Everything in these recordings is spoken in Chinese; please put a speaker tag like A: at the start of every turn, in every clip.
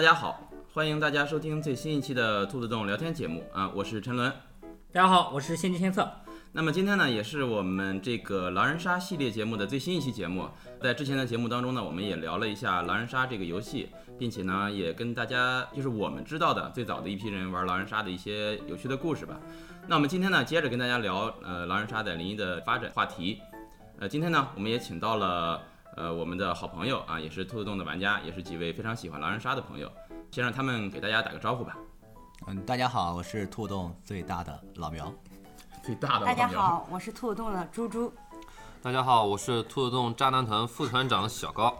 A: 家好，欢迎大家收听最新一期的兔子洞聊天节目啊、我是陈伦。
B: 大家好，我是先知先测。
A: 那么今天呢，也是我们这个狼人杀系列节目的最新一期节目。在之前的节目当中呢，我们也聊了一下狼人杀这个游戏，并且呢，也跟大家就是我们知道的最早的一批人玩狼人杀的一些有趣的故事吧。那我们今天呢，接着跟大家聊呃狼人杀在临沂的发展话题。呃，今天呢，我们也请到了呃我们的好朋友啊，也是兔子洞的玩家，也是几位非常喜欢狼人杀的朋友，先让他们给大家打个招呼吧。
C: 嗯，大家好，我是兔洞最大的老苗。
A: 最大的
D: 大家好，我是兔洞的猪猪，
E: 大家好，我是兔子洞渣男团副团长小高，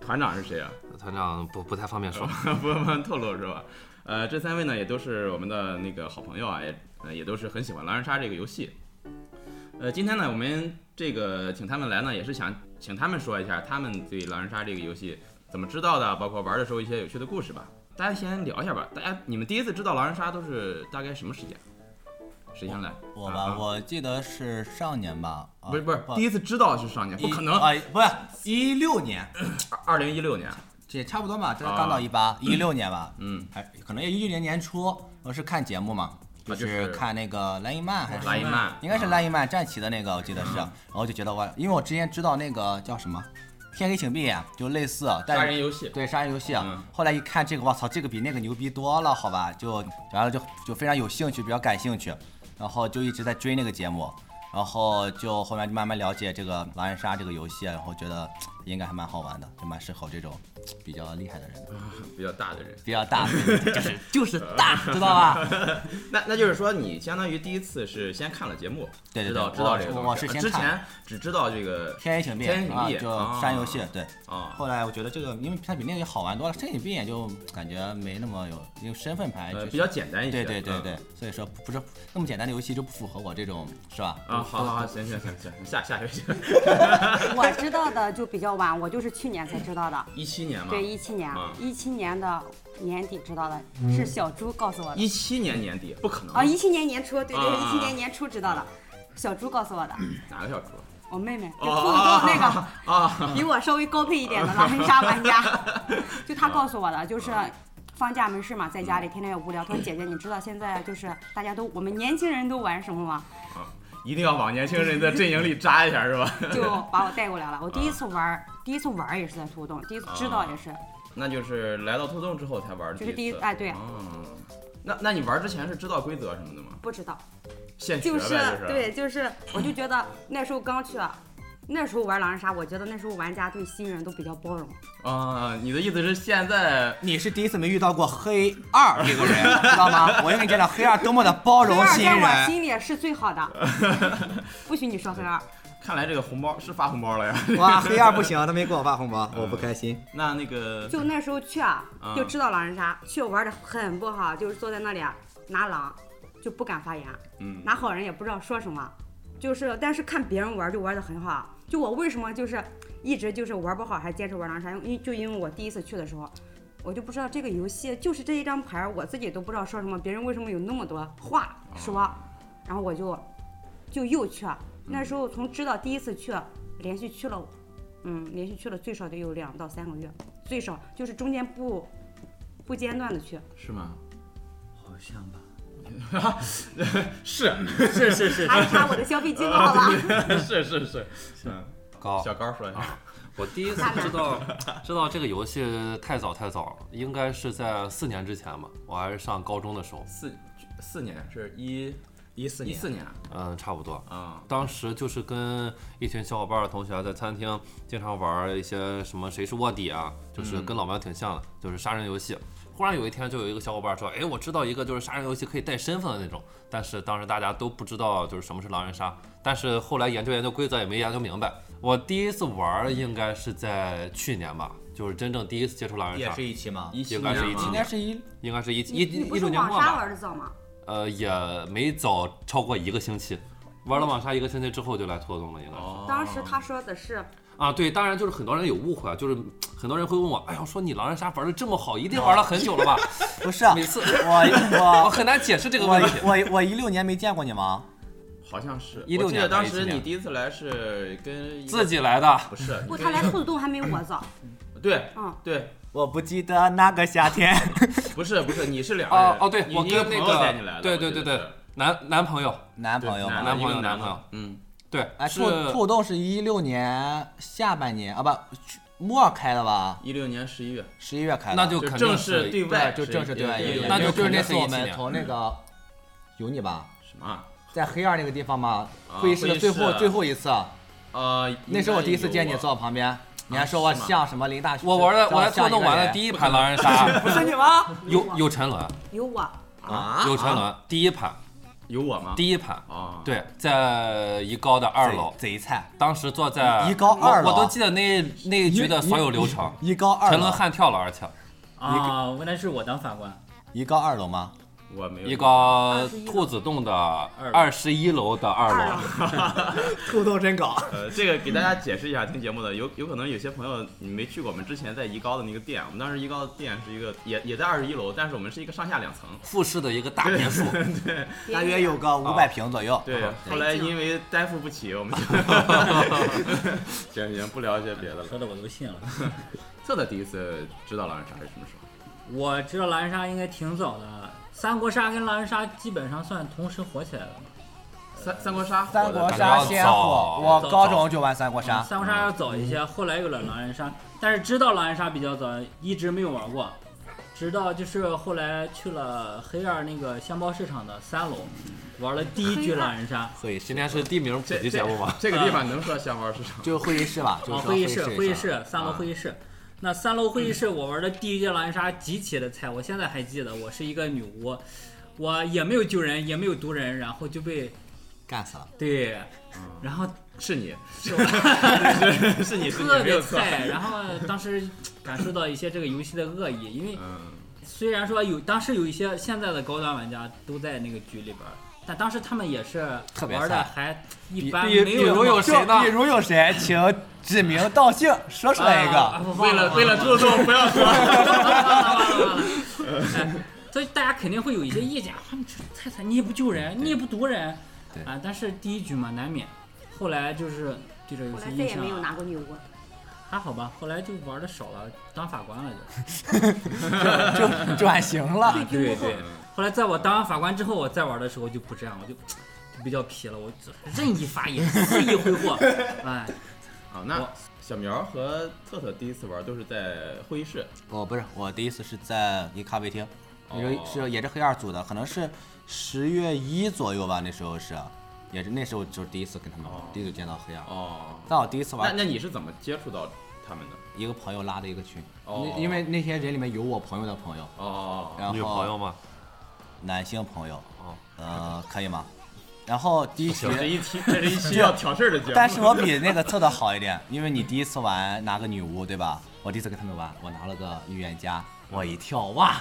A: 团长是谁啊？
E: 团长不不太方便说。
A: 不方透露是吧？呃，这三位呢也都是我们的那个好朋友啊，也呃也都是很喜欢狼人杀这个游戏。呃，今天呢，我们这个请他们来呢，也是想请他们说一下他们对狼人杀这个游戏怎么知道的，包括玩的时候一些有趣的故事吧。大家先聊一下吧，大家你们第一次知道狼人杀都是大概什么时间？谁先来？
C: 我
A: 啊
C: 吧，我记得是上年吧，啊
A: 不是不是，第一次知道是上年，不
C: 一
A: 可能，
C: 啊，不是一六年，
A: 二零一六年，
C: 这也差不多嘛，这
A: 啊
C: 刚到一八一六年吧，
A: 嗯，
C: 还可能也一年年初，我是看节目嘛，就
A: 就是
C: 是看那个莱茵曼还是
A: 莱茵曼
C: 应该是莱茵曼战旗的那个，我记得
A: 嗯
C: 是，然后就觉得我，因为我之前知道那个叫什么《天黑请闭眼》，就类似，啊但
A: 杀
C: 是
A: 人游戏，
C: 对杀人游戏啊，
A: 嗯
C: 后来一看这个，我操，这个比那个牛逼多了，好吧？就然后就就非常有兴趣，比较感兴趣，然后就一直在追那个节目，然后就后面就慢慢了解这个狼人杀这个游戏，啊然后觉得嘖应该还蛮好玩的，就蛮适合这种嘖比较厉害的人
A: 嗯
C: 的，
A: 比较大的人。
C: 比较大， 就是就是大，知道吧？
A: 那那就是说，你相当于第一次是先看了节目，
C: 对对
A: 知道
C: 对
A: 知道
C: 我
A: 这个
C: 我
A: 东西，
C: 我是
A: 呃
C: 先
A: 之
C: 看
A: 前只知道这个
C: 天黑请闭
A: 天
C: 眼
A: 黑请
C: 啊，
A: 闭眼
C: 就杀人游戏，对。
A: 啊，
C: 后来我觉得这个，因为它比那个好玩多了，天黑请闭眼就感觉没那么有，因为身份牌就
A: 呃，
C: 是
A: 比较简单一些，
C: 对对对对
A: 嗯。，
C: 所以说不是那么简单的游戏就不符合我这种是吧？
A: 啊，好好好，行行行行，下下一个，
D: 我知道的就比较晚，我就是去年才 知道的，
A: 一七年嘛，
D: 对，一七年
A: 啊，
D: 一七年的年底知道的，是小猪告诉我的，
A: 一七年年底，不可能
D: 啊，一七年年初，对
A: 啊
D: 对，
A: 啊
D: 一七年年初知道的，小猪告诉我的，
A: 哪个小猪？
D: 我妹妹，就
A: 哦
D: 兔子洞那个
A: 啊，
D: 比我稍微高配一 点的狼人杀玩家，就他告诉我的，就是
A: 啊
D: 放假没事嘛，在
A: 嗯
D: 家里天天也无聊。他说姐姐，你知道现在就是大家都我们年轻人都玩什么吗？
A: 一定要往年轻人的阵营里扎一下，是吧？
D: 就把我带过来了。我第一次玩，第一次玩也是在兔洞，第一次知道也是，
A: 那就是来到兔洞之后才玩的，
D: 就是第
A: 啊一
D: 一
A: 次。
D: 哎对，
A: 哦那那你玩之前是知道规则什么的吗？
D: 不知道，
A: 现学
D: 就
A: 呗，
D: 是
A: 是
D: 对，就是我就觉得那时候刚去。那时候玩狼人杀，我觉得那时候玩家对新人都比较包容。
A: 啊，你的意思是现在
C: 你是第一次没遇到过黑二这个人，知道 吗？我就跟你讲讲黑二多么的包
D: 黑
C: 容
D: 二
C: 新
D: 在我
C: 人。
D: 心里是最好的，不许你说黑二。
A: 看来这个红包是发红包了呀？
C: 哇，黑二不行，他没给我发红包，我不开心。
A: 那那个
D: 就那时候去啊
A: 啊，
D: 就知道狼人杀，去玩的很不好，就是坐在那里啊拿狼，就不敢发言，
A: 嗯
D: 拿好人也不知道说什么，就是但是看别人玩就玩的很好，就我为什么就是一直就是玩不好还坚持玩狼人杀，因为就因为我第一次去的时候。我就不知道这个游戏就是这一张牌儿，我自己都不知道说什么，别人为什么有那么多话说，然后我就就又去啊。那时候从知道第一次去，连续去了，嗯，连续去了最少得有两到三个月，最少就是中间不不间断的去，
A: 是吗？
B: 好像吧。
A: 是
B: 是是是，
D: 查一查我的消费 记录
C: 啊
D: 好吧？
A: 是是是，嗯，
E: 高，
A: 小高
C: 啊
A: 说一下，
E: 我第一次知道知道这个游戏太早太早了，应该是在四年之前吧，我还是上高中的时候，
A: 四四年是一
C: 一四
A: 一四年
E: 嗯，差不多。
A: 啊，
E: 当时就是跟一群小伙伴儿、同学啊在餐厅经常玩儿一些什么谁是卧底啊，就是跟老苗挺像的，就是杀人游戏。忽然有一天，就有一个小伙伴说：“哎，我知道一个就是杀人游戏可以带身份的那种。”但是当时大家都不知道就是什么是狼人杀，但是后来研究研究规则也没研究明白。我第一次玩儿应该是在去年吧，就是真正第一次接触狼人
C: 也
E: 杀
C: 是，一期吗？
A: 一七
E: 应该是
A: 年
E: 一
A: 啊
E: 七
C: 应该是一
E: 应该是一
D: 你
E: 一
D: 你不
E: 一
D: 是
E: 六年
D: 网
E: 末
D: 杀
E: 吧。
D: 玩的早吗？
E: 呃，也没早超过一个星期，玩了网杀一个星期之后就来拖动了，应该是。
A: 哦
D: 当时他说的是
E: 啊，对，当然就是很多人有误会啊，就是嗯很多人会问我，哎呀，说你狼人杀玩的这么好，一
A: 哦
E: 定玩了很久了 吧？
C: 不是啊
E: 每次 啊我
C: 我
E: 很难解释这
C: 我
E: 个
C: 我
E: 问题。
C: 我我一六年没见过你吗？
A: 好像是
E: 16
A: 我记得
E: 年吧
A: 当
E: 17
A: 时你
E: 年
A: 第一次来是跟一个
E: 自己来的，
A: 不是
D: 不，他来兔子洞还没我早，
A: 对
D: 嗯，
A: 对，
C: 我不记得那个夏天，
A: 不是不是，你是两个人
E: 哦哦，对，
A: 哎你
E: 我
A: 你有
E: 跟
A: 朋
E: 那
A: 友带你来的，
E: 个对
A: 我
E: 对
A: 记
E: 对
A: 得
E: 对
A: 是，
E: 男男朋友，
C: 男朋友
A: 对
C: 嘛。
E: 男朋
A: 一
E: 友
A: 个
E: 男
A: 男
E: 朋
A: 朋
E: 友
A: 友，嗯，
E: 对，
C: 哎，
E: 是
C: 兔兔洞是一六年下半年啊，不，去末儿开的吧？
A: 一六年十一月，
C: 十一月开的，
E: 那就
A: 就
E: 肯定
A: 正
E: 是
A: 式对
C: 对，
A: 外
C: 就正式对外
A: 也
C: 营业，
A: 也
E: 那就
C: 就是
E: 跟
C: 那
E: 那
C: 次
E: 次
C: 我
E: 一起
C: 们
E: 呢
C: 从那个有你吧，
A: 什么啊？
C: 在黑二那个地方嘛，
A: 啊
C: 会议室的最
A: 会议
C: 后
A: 室
C: 最后一次，
A: 呃，
C: 那是我第一次见你
A: 应该有
C: 坐我旁边，你还说我
A: 啊是吗
C: 像什么林大学，
E: 我玩的我在
C: 像
E: 拖动玩的
C: 一
E: 第一盘狼人杀，
D: 不是你吗？
E: 有有沉沦，
D: 有我，
A: 我啊，
E: 有沉沦，第一盘
A: 有我吗？
E: 第一盘，
A: 哦，
E: 对，在一高的
C: 个
E: 二
C: 人
E: 楼，
C: 贼贼菜，
E: 当时坐在
C: 嗯一高
E: 我
C: 二楼
E: 我都记得那那一局的所有流程，
C: 一高二啊
E: 沉沦
C: 楼，
E: 悍跳了，而且
B: 啊，那是我当法官，
C: 一高二楼吗？
A: 我没有
E: 一高
D: 21
E: 兔子洞的
B: 二楼
E: 二十一楼的二
D: 二
E: 楼
D: 了，，
C: 兔洞真搞，
A: 呃，这个给大家解释一下，听节目的有有可能有些朋友你没去过我们之前在宜高的那个店，我们当时宜高的店是一个也也在二十一楼，但是我们是一个上下两层。
E: 复式的一个大 别墅，
C: 大约有个五百平左右。啊
A: 对，后
E: 哎
A: 来因为担负不起，我们就 行行不聊一些别的了。
B: 说的我都信了。
A: 策策第一次知道狼人杀是什么时候？
B: 我知道狼人杀应该挺早的，三国杀跟狼人杀基本上算同时火起来的嘛。
A: 三三国杀火的，
C: 三国
E: 感觉
C: 杀
E: 要
C: 先
E: 早
C: 火，我
B: 早
C: 高
B: 早
C: 中就玩三国
B: 嗯
C: 杀，
B: 三国杀要早一些，后来有了狼人杀，但是知道狼人杀比较早，一直没有玩过。直到就是后来去了黑二那个香包市场的三楼，玩了第一局狼人杀。
E: 所以今天是地名普
A: 这
E: 及节目啊嘛，
A: 这这个地方能说香花市场？
C: 就会议室吧，就
B: 啊，
C: 是说
B: 会
C: 会
B: 议室，会
C: 议
B: 议，室，三楼
A: 啊
B: 会议室。那三楼会议室，我玩的第一届狼人杀极其的菜，我现在还记得，我是一个女巫，我也没有救人，也没有毒人，然后就被
C: 干死了。
B: 对，然后
A: 是 你，
B: 是我
A: 是是你是你
B: 特
A: 没
B: 别
A: 有错。
B: 菜，然后当时感受到一些这个游戏的恶意，因为
A: 嗯，
B: 虽然说有当时有一些现在的高端玩家都在那个局里边儿，但当时他们也是
C: 特别
B: 玩的
C: 菜
B: 还一
E: 比
B: 般，
E: 比
B: 没
E: 比
B: 有
E: 如有谁呢
C: 比如有谁，请指名道姓说出来一个。
B: 啊
A: 为了为了
B: 做。
A: 助动不要说。
B: 哎所以大家肯定会有一些意见，啊，你这太惨，你也不救人，你也不毒人，
C: 对
B: 啊，但是第一局嘛难免，后来就是对这个游
D: 后
B: 戏
D: 来再
B: 印
D: 也没有
B: 象
D: 拿过女
E: 嗯
D: 巫。
B: 还好吧，后来就玩的少了，当法官了就。
C: 就 转型了。
B: 啊，对对
A: 嗯。
B: 后来在我当完法官之后，我再玩的时候就不这样，我就就比较皮了，我就任意发言，肆意挥霍，哎，
A: 好，那
B: 我
A: 小苗和特特第一次玩都是在会议室，
C: 我不是，我第一次是在一咖啡厅，那时候
A: 哦
C: 是也是黑二组的，可能是十月一左右吧，那时候是，也是那时候就是第一次跟他们玩
A: 哦，
C: 第一次见到黑二。
A: 哦，
C: 但我第一次
A: 那
C: 玩，
A: 那你是怎么接触到他们的？
C: 一个朋友拉的一个群，
A: 哦
C: 因因为那些人里面有我朋友的朋友，
A: 哦，
C: 然
E: 女朋友
C: 后
E: 嘛，
C: 男性朋友，
E: 哦，
C: 呃，可以吗？然后第一局
A: 这，是一 期这是一期啊要挑事儿的节目。
C: 但是我比那个测的好一点， 因为你第一次玩拿个女巫对吧？我第一次跟他们玩，我拿了个预言家，我一跳哇，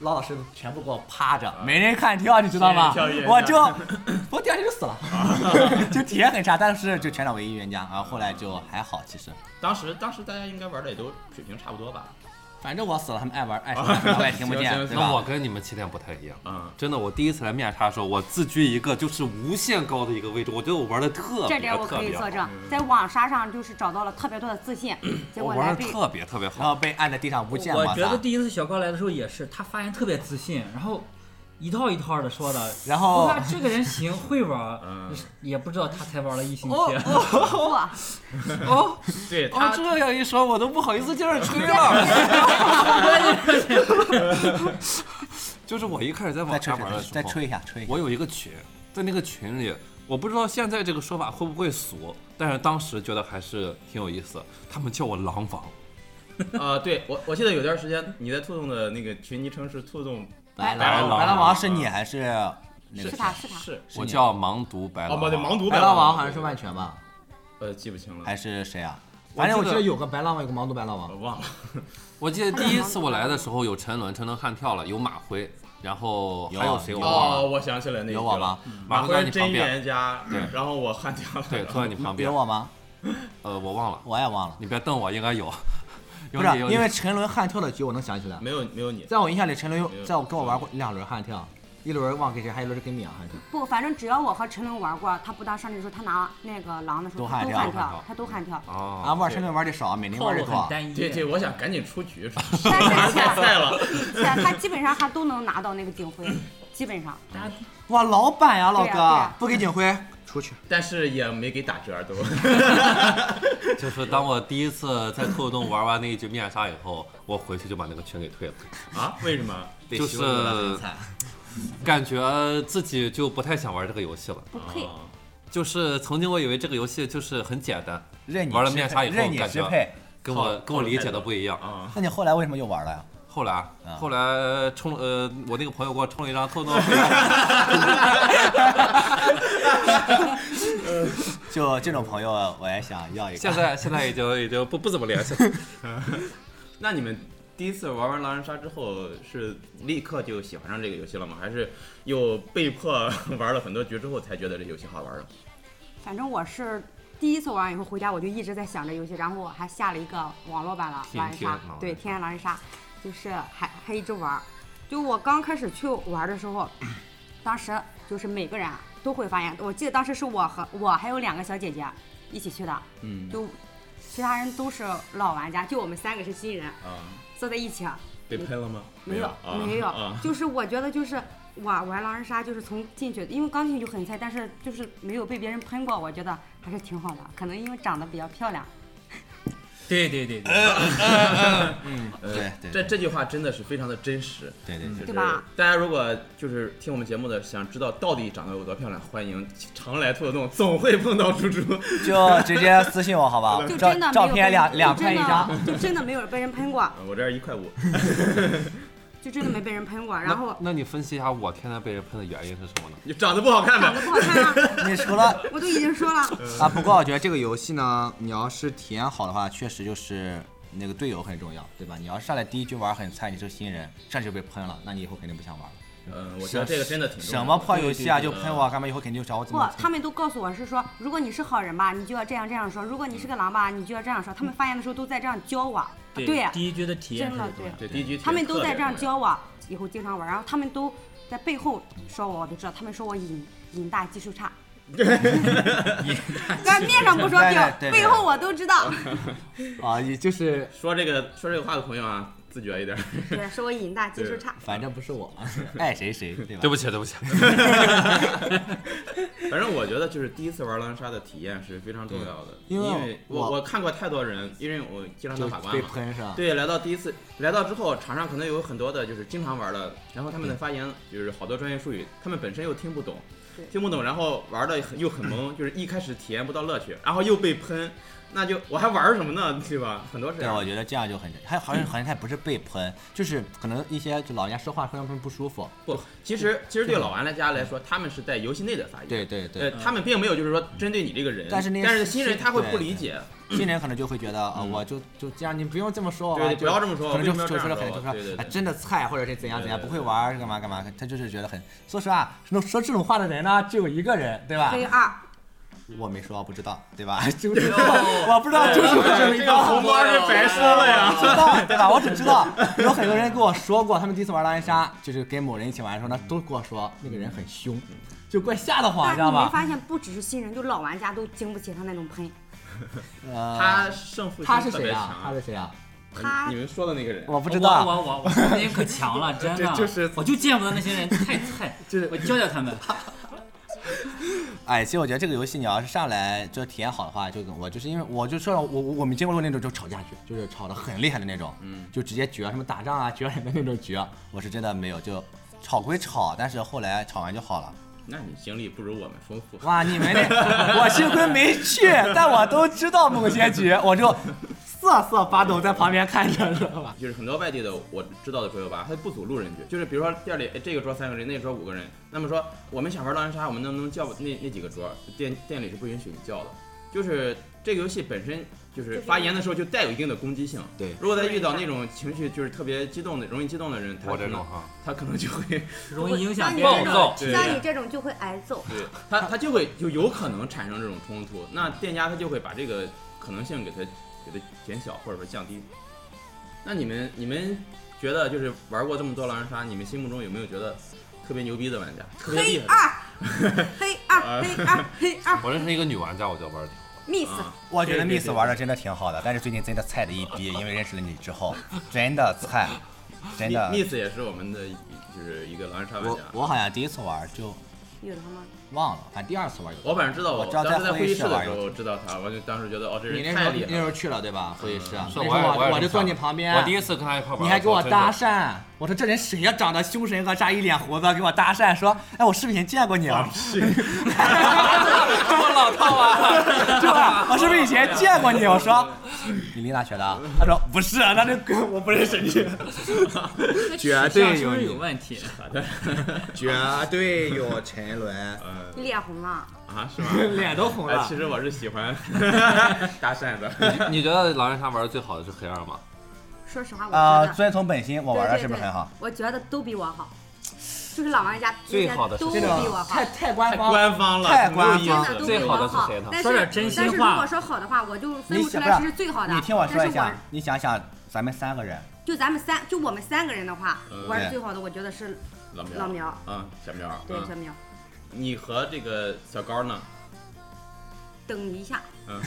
C: 老老实实全部给我趴着，没人看跳，你知道
A: 谁
C: 吗
A: 跳预言？家
C: 我就 我第二天就死了， 就体验很差，但是就全场唯一预言家，啊然后后来就还好，其实
A: 当时当时大家应该玩的也都水平差不多吧？
C: 反正我死了，他们爱玩爱什么我也听不见
A: 行，行
C: 对
E: 那我
C: 吧？
E: 跟你们起点不太一样。
A: 嗯，
E: 真的，我第一次来面茶的时候，我自居一个就是无限高的一个位置，我觉得我玩的特别
D: 这点我
E: 特
D: 可以
E: 别好
D: 作，
E: 嗯
D: 证，在网杀上就是找到了特别多的自信，结果
E: 我玩
D: 来
E: 的
D: 这
E: 特别特别
C: 然
E: 好。
C: 后被按在地上无间
B: 我
C: 摩
B: 觉得
C: 擦，
B: 第一次小高来的时候也是，他发言特别自信，然后一套一套的说的，
C: 然
B: 我
C: 后
B: 看这个人行，会玩儿，
A: 嗯
B: 也不知道他才玩了一星期。
D: 哇，
E: 哦，
A: 对
E: 哦，
A: 他
E: 这样一说，我都不好意思接着吹了。 就是我一开始在
C: 再
E: 网
C: 吹
E: 上
C: 吹
E: 玩的时
C: 再
E: 候，
C: 吹一下，吹一下。
E: 我有一个群，在那个群里，我不知道现在这个说法会不会俗，但是当时觉得还是挺有意思。他们叫我狼王，
A: 啊，对我我记得有段时间你在兔洞的那个群昵称是兔洞，
C: 白
E: 白
C: 狼，
E: 狼
C: 白狼王是你还是那个
D: 是
C: 谁？
D: 他是他，
A: 是
C: 是
E: 我
C: 你
E: 叫盲毒白
A: 哦
E: 狼
A: 不
E: 王。
A: 对，盲毒
C: 白狼王好像
A: 对
C: 是万全吧？
A: 呃记不清了，
C: 还是谁啊？
E: 我
C: 反正我
E: 记
C: 记
E: 得
C: 得有个白狼王，有个盲毒白狼王
A: 我。忘了。
E: 我记得第一次我来的时候有沉沦，沉沦悍跳了，有马辉，然后还有谁我
C: 有啊
E: 忘了。
A: 哦，我想起来那一
C: 有
A: 集
C: 我
A: 了
C: 吗？
A: 马
E: 辉在
A: 辉
E: 你
A: 真
E: 旁
A: 预
E: 边，
A: 言家，
E: 对
A: 然后我悍跳了，
E: 对，坐在你旁边
C: 有。我吗？
E: 呃，我忘了，
C: 我也忘了。
E: 你别瞪我，应该有。 有
C: 不
E: 你
C: 是
E: 有，你
C: 因为沉沦悍跳的局我能想起来。
A: 没有没有你，
C: 在我印象里，沉沦
A: 没有
C: 有在我跟我玩过两轮悍跳，一轮忘给谁，还有一轮是给淼，还是
D: 不，反正只要我和陈龙玩过，他不搭上去的时候，他拿那个狼的时候，
C: 都
D: 他
C: 悍
D: 都
C: 跳
D: 悍
E: 都悍
D: 跳
E: 跳，
D: 他都悍跳。
C: 啊？
E: 啊，
C: 玩申论玩的少，每年
B: 套
C: 玩的
B: 路
C: 多少
B: 很？单一。
A: 这这，我想赶紧出局，
D: 但是
A: 太
D: 且
A: 菜了。
D: 且他基本上还都能拿到那个警徽，基本上。
E: 哦
C: 哇，老板呀，老
D: 对呀对
C: 哥
D: 呀，
C: 不给警徽，出去。
A: 但是也没给打折 都。
E: 就是当我第一次在兔洞玩完那一局面纱以后，我回去就把那个群给退了，
A: 啊？为什么？
E: 就是
C: 菜。
E: 感觉自己就不太想玩这个游戏了。
D: 不配，
A: 哦
E: 就是曾经我以为这个游戏就是很简单，
C: 任你
E: 玩了
C: 支
E: 面
C: 配
E: 纱以后
C: 任你
E: 感
C: 支
E: 觉
C: 配。
E: 跟
A: 套
E: 我
A: 路
E: 跟我
A: 太
E: 理解
A: 多
E: 的不嗯一样。
A: 啊，
C: 那你后来为什么又玩了呀？
E: 后来
C: 啊，
E: 后来充呃，我那个朋友给我充了一张透透，
C: 就这种朋友，我也想要一个。
E: 现在现在已经已经不不怎么联系了。
A: 那你们第一次玩完狼人杀之后，是立刻就喜欢上这个游戏了吗？还是又被迫玩了很多局之后才觉得这游戏好玩的？
D: 反正我是第一次玩完以后回家，我就一直在想这游戏，然后我还下了一个网络版了
E: 天
D: 狼人
E: 天
D: 杀
E: 狼人杀，
D: 对，天天狼人杀，就是还还一直玩儿。就我刚开始去玩的时候， 当时就是每个人啊都会发言，我记得当时是我和我还有两个小姐姐一起去的，
A: 嗯
D: 就其他人都是老玩家，就我们三个是新人，
A: 啊，
D: 坐在一起啊，
A: 被喷了吗？
D: 没有
A: 啊，
D: 没有，
A: 啊。
D: 就是我觉得就是哇，玩狼人杀就是从进去，因为刚进去就很菜，但是就是没有被别人喷过，我觉得还是挺好的。可能因为长得比较漂亮，
B: 对对对对，
A: 呃
C: 对对
A: 这
C: 对
A: 这句话真的是非常的真实。
C: 对对对，
A: 就是
D: 对吧
A: 大家如果就是听我们节目的，想知道到底长得有多漂亮，欢迎常来兔子洞，总会碰到猪 猪。
C: 就直接私信我好吧？
D: 就
C: 照
D: 真的没有
C: 照片
D: 被
C: 两
D: 就
C: 两块一
D: 真的
C: 张。，
D: 就真的没有被人喷过，
A: 啊我这儿一块五，
D: 就真的没被人喷过。然后
E: 那那你分析一下我天天被人喷的原因是什么呢？
A: 你长得不好看
D: 长得
A: 呗？
D: 不好看啊，
C: 你除了
D: 我都已经说了，
C: 啊，不过我觉得这个游戏呢，你要是体验好的话，确实就是那个队友很重要，对吧？你要是上来第一局玩很菜，你是个新人，上去就被喷了，那你以后肯定不想玩了。
A: 嗯，我觉得这个真的挺重要
C: 什
A: 的
C: 么破游戏啊，
A: 对
C: 就
A: 对对
C: 喷我干嘛？以后肯定就找我怎
D: 不
C: 么，
D: 他们都告诉我是说，如果你是好人吧，你就要这样这样说；如果你是个狼吧，你就要这样说。他们发言的时候都在这样教我，啊对
B: 第一局的体验是
D: 真的
B: 怎么样？
A: 对第一局
D: 他们都在这样
A: 教。
D: 教我，以后经常玩，然后他们都在背后说我，我都知道，他们说我瘾瘾大技术 差，但面上不说，
C: 对
D: 表
C: 对对
D: 背后我都 知道，
C: 啊，也就是
A: 说这个说这个话的朋友啊，自觉一点。
D: 对，说我瘾大技术差。
C: 反正不是我，爱谁谁，对吧？
E: 对不起，对不起，
A: 反正我觉得就是第一次玩狼人杀的体验是非常重要的，
C: 对
A: 因
C: 因为
A: 我
C: 我
A: 我看过太多人，因为我经常当
C: 就
A: 法官
C: 被
A: 嘛。
C: 喷是吧？
A: 对，来到第一次，来到之后，场上可能有很多的就是经常玩的，然后他们的发言就是好多专业术语，他们本身又听不懂
D: 对，
A: 听不懂，然后玩的又很懵，就是一开始体验不到乐趣，然后又被喷，那就我还玩什么呢？对吧？很多这
C: 对，啊
A: 样
C: 我。觉得这样就很，还好像好像他不是被喷，就是可能一些就老人家说话会让他们不舒服。
A: 不，其实其实对老玩家来说，他们是在游戏内的发言。
C: 对对对
A: 呃，，他们并没有就是说针对你这个人，
C: 但是那
A: 新人他会不理解，
C: 新人可能就会觉得啊，我就就这样，你不用这么说我吧，
A: 嗯
C: 啊
A: 对
C: 就
A: 不要这么说
C: 可能就
A: 为什么要
C: 就
A: 这
C: 说
A: 样
C: 了很
A: 说
C: 就说
A: 对对对
C: 啊真的菜或者是怎样
A: 对
C: 怎
A: 对
C: 样，不
A: 对
C: 会玩儿干嘛干嘛，他就是觉得很，说实话，能说这种话的人呢，只有一个人，对吧
D: 所？以二，
C: 我没说，不知道，对 吧？就是 我不知道，就是为什么一
A: 这
C: 个
A: 个红包是白说了呀。
C: 知道，对吧？我只知道有很多人跟我说过，他们第一次玩狼人杀，就是跟某人一起玩的时候，那都跟我说那个人很凶，就怪吓得慌，知
D: 但是
C: 道
D: 你没
C: 吗？
D: 发现，不只是新人，就老玩家都经不起他那种喷。
B: 嗯
C: 呃，
A: 他胜负心
C: 他是
A: 特别
C: 谁
A: 强
C: 啊？他是谁啊？
D: 他
A: 你们说的那个人，
C: 我不
B: 我
C: 知道，
B: 我我我那人可强了，真的，
A: 这就是
B: 我就见不得那些人太菜，
C: 就是
B: 我教教他们。
C: 哎，其实我觉得这个游戏你要是上来就体验好的话，就跟我就是因为我就说了我我我没见过那种就吵架局，就是吵得很厉害的那种，嗯，就直接决什么打仗啊决什么那种局，我是真的没有，就吵归吵，但是后来吵完就好了。
A: 那你经历不如我们丰富。
C: 哇，你们那我幸亏没去，但我都知道某些局，我就瑟瑟发抖在旁边看着，知道吧？
A: 就是很多外地的我知道的朋友吧，他不组路人局，就是比如说店里哎这个桌三个人，那个桌五个人，那么说我们想玩狼人杀，我们能不能叫那那几个桌？店店里是不允许你叫的，就是这个游戏本身就是发言的时候就带有一定的攻击性。
C: 对
A: 如果再遇到那种情绪就是特别激动的、容易激动的人，他
E: 我
A: 可
E: 这种
A: 能
E: 哈，
A: 他可能就会
B: 容易影响
D: 像
B: 别
D: 你
B: 人
D: 这
E: 暴躁
D: 种，
A: 对
D: 像你这种就会挨揍。
A: 对他，他就会就有可能产生这种冲突。那店家他就会把这个可能性给他给他减小，或者说降低。那你们你们觉得就是玩过这么多狼人杀，你们心目中有没有觉得特别牛逼的玩家，
B: 特别
D: 黑
B: 厉害。
D: 二， 黑二，黑二，黑二
E: 我认识一个女玩家，我就玩的。
D: ，miss，
A: 啊
C: 我觉得
A: 对对
C: Miss 玩的真的挺好的，但是最近真的菜的一逼，因为认识了你之后，真的菜，真的。
A: Miss 也是我们的一就是一个狼人杀玩
C: 我
A: 家。
C: 我好像第一次玩就
D: 有他吗？
C: 忘了，反正第二次玩有。
A: 我反正知道，
C: 我
A: 我
C: 知道
A: 当时在
C: 在会议
A: 会议
C: 室
A: 室的
C: 玩
A: 时
C: 游
A: 候知道他，我就当时觉得哦，这
C: 你那
A: 人
C: 时
A: 太
C: 候
A: 厉
C: 那
A: 害
C: 时
A: 了。
C: 候去了对吧？会议室，那时
E: 是
C: 候
E: 我也我也
C: 我就是坐啊
E: 这样
C: 你旁边，
E: 我第一次跟她一块玩，
C: 哎你还给我
E: 真的
C: 搭讪，我说这人谁呀、长得凶神恶煞，一脸胡子，给我搭讪说，哎，我视频见过你啊，
E: 这么老套啊！
C: 是吧？我是不是以前见过你？我说你离哪学的啊？他说不是，那这我不认识你，绝
B: 这
C: 对
B: 是
C: 有
B: 不是有
C: 你，
B: 问题？
C: 绝对有沉沦，
A: 嗯
D: 你脸红了，
A: 啊，是吗？
C: 脸都红
A: 哎，
C: 了
A: 其。实我是喜欢 搭讪的。
E: 你觉得狼人杀玩的最好的是黑二吗？
D: 说实话，我
C: 啊，
D: 觉得，
C: 遵从本心，我玩的
D: 对
C: 是不是很好？？
D: 对对我觉得都比我好，就是老玩家
E: 最好的是
D: 都
E: 这
D: 比
E: 对对
D: 我好
C: 太。太官
A: 太
C: 方，
A: 官方了，
C: 太官方
A: 没有
D: 真
A: 意
D: 的
A: 思
D: 都
E: 最
D: 比
E: 好的
D: 我
E: 是
D: 好
E: 谁呢，
D: 但
B: 说
D: 是
B: 点真心
D: 但是如
B: 话
D: 果说好的话，我就分
C: 你
D: 不出
C: 想
D: 来
C: 不
D: 谁
C: 是
D: 是最好的。
C: 你听我说
D: 但
C: 一
D: 是
C: 下，啊你想想咱们三个人，
D: 就咱们三，就我们三个人的话，
A: 嗯
D: 玩的
C: 对
D: 最好的，我觉得是
A: 老苗，
D: 老苗，
A: 嗯，小苗，
D: 对
A: 嗯
D: 小苗。
A: 你和这个小高呢？
D: 等一下，
A: 嗯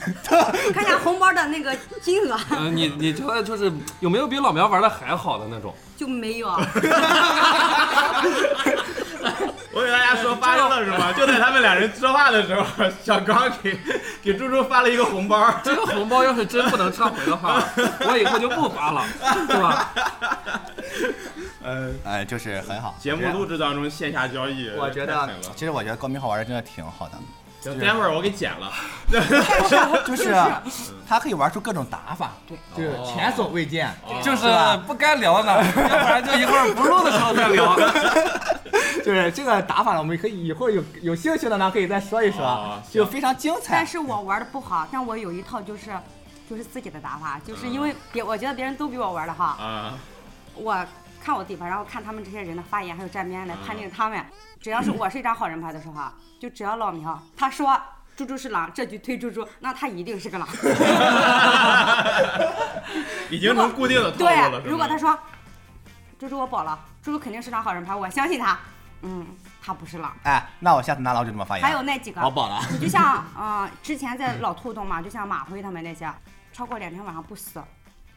D: 看一下红包的那个金额
E: 嗯，你你觉得就是有没有比老苗玩的还好的那种？
D: 就没 有。
A: 我给大家说发生了什 么？就在他们俩人说话的时候， 小高给给猪猪发了一个红包。
E: 这个红包要是真不能撤回的 话，我以后就不发了，对吧？
A: 嗯，
C: 哎，就是很好。
A: 节目录制当中线下交易，
C: 我觉
A: 呃太
C: 得
A: 狠了，
C: 其实我觉得高明浩玩的真的挺好 的，
A: 行待会儿我给剪了。
C: 就是啊他可以玩出各种打法，对，
A: 哦
C: 就是前所未见，
E: 就是啊
C: 吧
E: 呃不该聊呢，要不然就一会儿不录的时候再聊。
C: 就是这个打法，我们可以一会儿有有兴趣的呢，可以再说一说
A: 哦，行
C: 就非常精彩
D: 但。是我玩的不好，但我有一套就是，就是自己的打法，就是因为别，我觉得别人都比我玩的好，
A: 啊，
D: 我看我地盘，然后看他们这些人的发言还有站边来判定他们。只要是我是一张好人牌的时候啊，就只要老苗他说猪猪是狼，这局推猪猪，那他一定是个狼。
A: 已经能固定的套路了。
D: 对，啊
A: 是吗
D: 如果他说猪猪我保了，猪猪肯定是张好人牌，我相信他，嗯，他不是狼。
C: 哎，那我下次拿老就这么发
A: 哦
C: 言。
D: 还有那几个，
C: 哎我保了，
D: 你就像啊、呃之前在老兔洞嘛，就像马辉他们那些，超过两天晚上不死，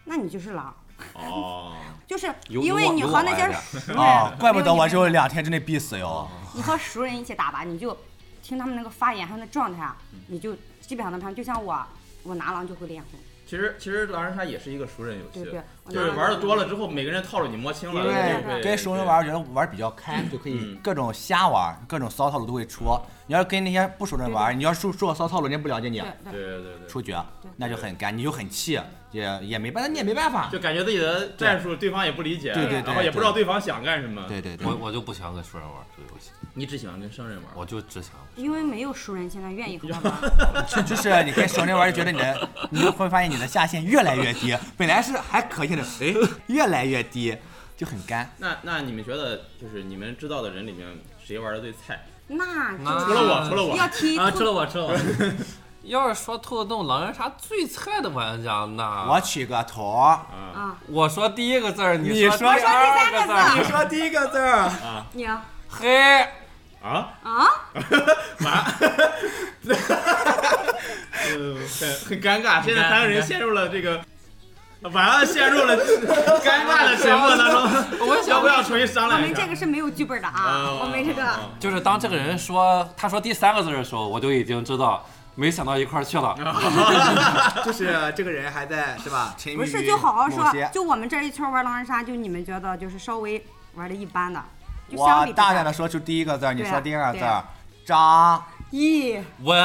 D: 那你就是狼，
A: 哦，
D: 就是
E: 有
D: 因为
E: 有我
D: 你
E: 有
D: 和
E: 我
D: 那些
E: 玩的
D: 熟人，
C: 哦，怪不得我
D: 没
C: 就
D: 有你
C: 两天之内必死
A: 哦
C: 哟。
D: 你和熟人一起打吧，你就听他们那个发言还有那状态，啊，
A: 嗯
D: 你就基本上能判。就像我，我拿狼就会脸红，
A: 其实其实狼人杀也是一个熟人游
D: 对
A: 戏
D: 不，对？我
A: 就
D: 拿
A: 是
D: 狼
A: 玩的多了
D: 就
A: 之后，每个人套路你摸清了，
D: 对
A: 就会
C: 跟熟人玩，我觉得玩比较开，就可以
A: 嗯
C: 各种瞎玩，各种骚套路都会出。你要是跟那些不熟人
D: 对
C: 玩，你要是说我骚套路，人家不了解你
D: 会，，对
A: 对对
D: 对，
A: 对对。
C: 出局那就很干，你就很气，也也没办法，你也没办法。
A: 就感觉自己的战术对方也不理解，
C: 对对对
A: 然后也不知道对方想干什么。
C: 对对对
E: 我，我就不喜欢跟熟人玩这个游戏，
A: 你只喜欢跟生人玩，
E: 我就只想
D: 因为没有熟人现在愿意和 我玩。
C: 就是你跟熟人玩，就觉得你的，你就会发现你的下限越来越低，本来是还可以的，哎，越来越低，就很干。
A: 那那你们觉得，就是你们知道的人里面，谁玩的最菜？
D: 那就
E: 那
A: 除了我，除了
D: 要
A: 我，
D: 提
B: 啊，
D: 出
B: 吃了我，吃了我。
E: 要是说兔子洞狼人杀最菜的玩家，那
C: 我取个头儿，
A: 啊
D: 啊，
E: 我说第一个字儿，
C: 你
E: 说
C: 说
E: 第二个字
C: 你
E: 儿，
C: 说第一个字 儿，
D: 你啊
E: 嘿，
A: 啊
D: 啊。
A: 完，嗯，很很尴尬。现在三个人陷入了这个，完了陷入了尴尬的沉默当中。
E: 我
A: 要
E: 想
A: 不要重新商
D: 我
A: 量一
D: 们这
A: 下？
D: 个是没有剧本的啊，我们这个
A: 啊
E: 就是当这个人说他说第三个字儿的时候，我就已经知道没想到一块儿去了。
C: 就是这个人还在是吧？沉迷
D: 不是
C: 于
D: 就好好
C: 某
D: 说
C: 些，
D: 就我们这一圈玩狼人杀，就你们觉得就是稍微玩的一般的，就相
C: 我
D: 比之
C: 大
D: 下
C: 胆的说出第一个字儿，你
D: 对啊
C: 说第二个字
D: 对
C: 儿
D: 啊，
C: 渣。
D: 咦，
E: 文，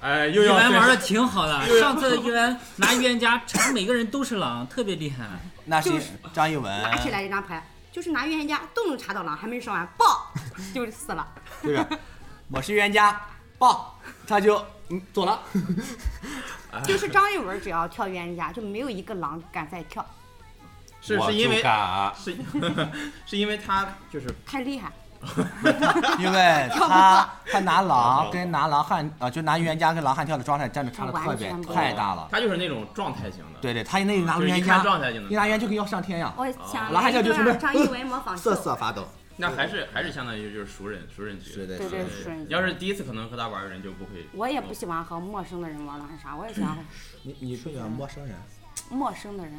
A: 哎，又
B: 一
A: 要
B: 文玩的
A: 对
B: 挺好的，上次一文拿预言家查每个人都是狼，特别厉害。
C: 那是
D: 就是
C: 张一文，
D: 拿起来一张牌，就是拿预言家都能查到狼，还没说完，爆就死了。
C: 就是我是预言家，报他就嗯走了。哎
D: 就是张一文只要跳预言家，就没有一个狼敢再跳，
A: 是
E: 我
A: 是因
E: 就
A: 为
E: 敢
A: 是 是因为他就是
D: 太厉害。
C: 因为他他拿狼跟拿狼汉啊、就拿预言家跟狼汉跳的状态站的差的特别
D: 完全不一样
C: 太大大了。
A: 他就是那种状态型的，
C: 对对，他那拿
A: 就是
C: 预
A: 一
C: 言
A: 看
C: 家，
A: 状态就能
C: 一拿预言就跟要上天一样，
D: 我想
C: 哦狼还跳
D: 了一
C: 就是
D: 段张一文模仿秀，
C: 发抖。
A: 那还是还是相当于就是熟人熟人局。
C: 是的，
D: 对
C: 是
D: 对
C: 的。
D: 熟人局
A: 要是第一次可能和他玩的人就不会。
D: 我也不喜欢和陌生的人玩狼人杀，我也喜欢和
C: 你你不喜欢陌生人？
D: 陌生的人。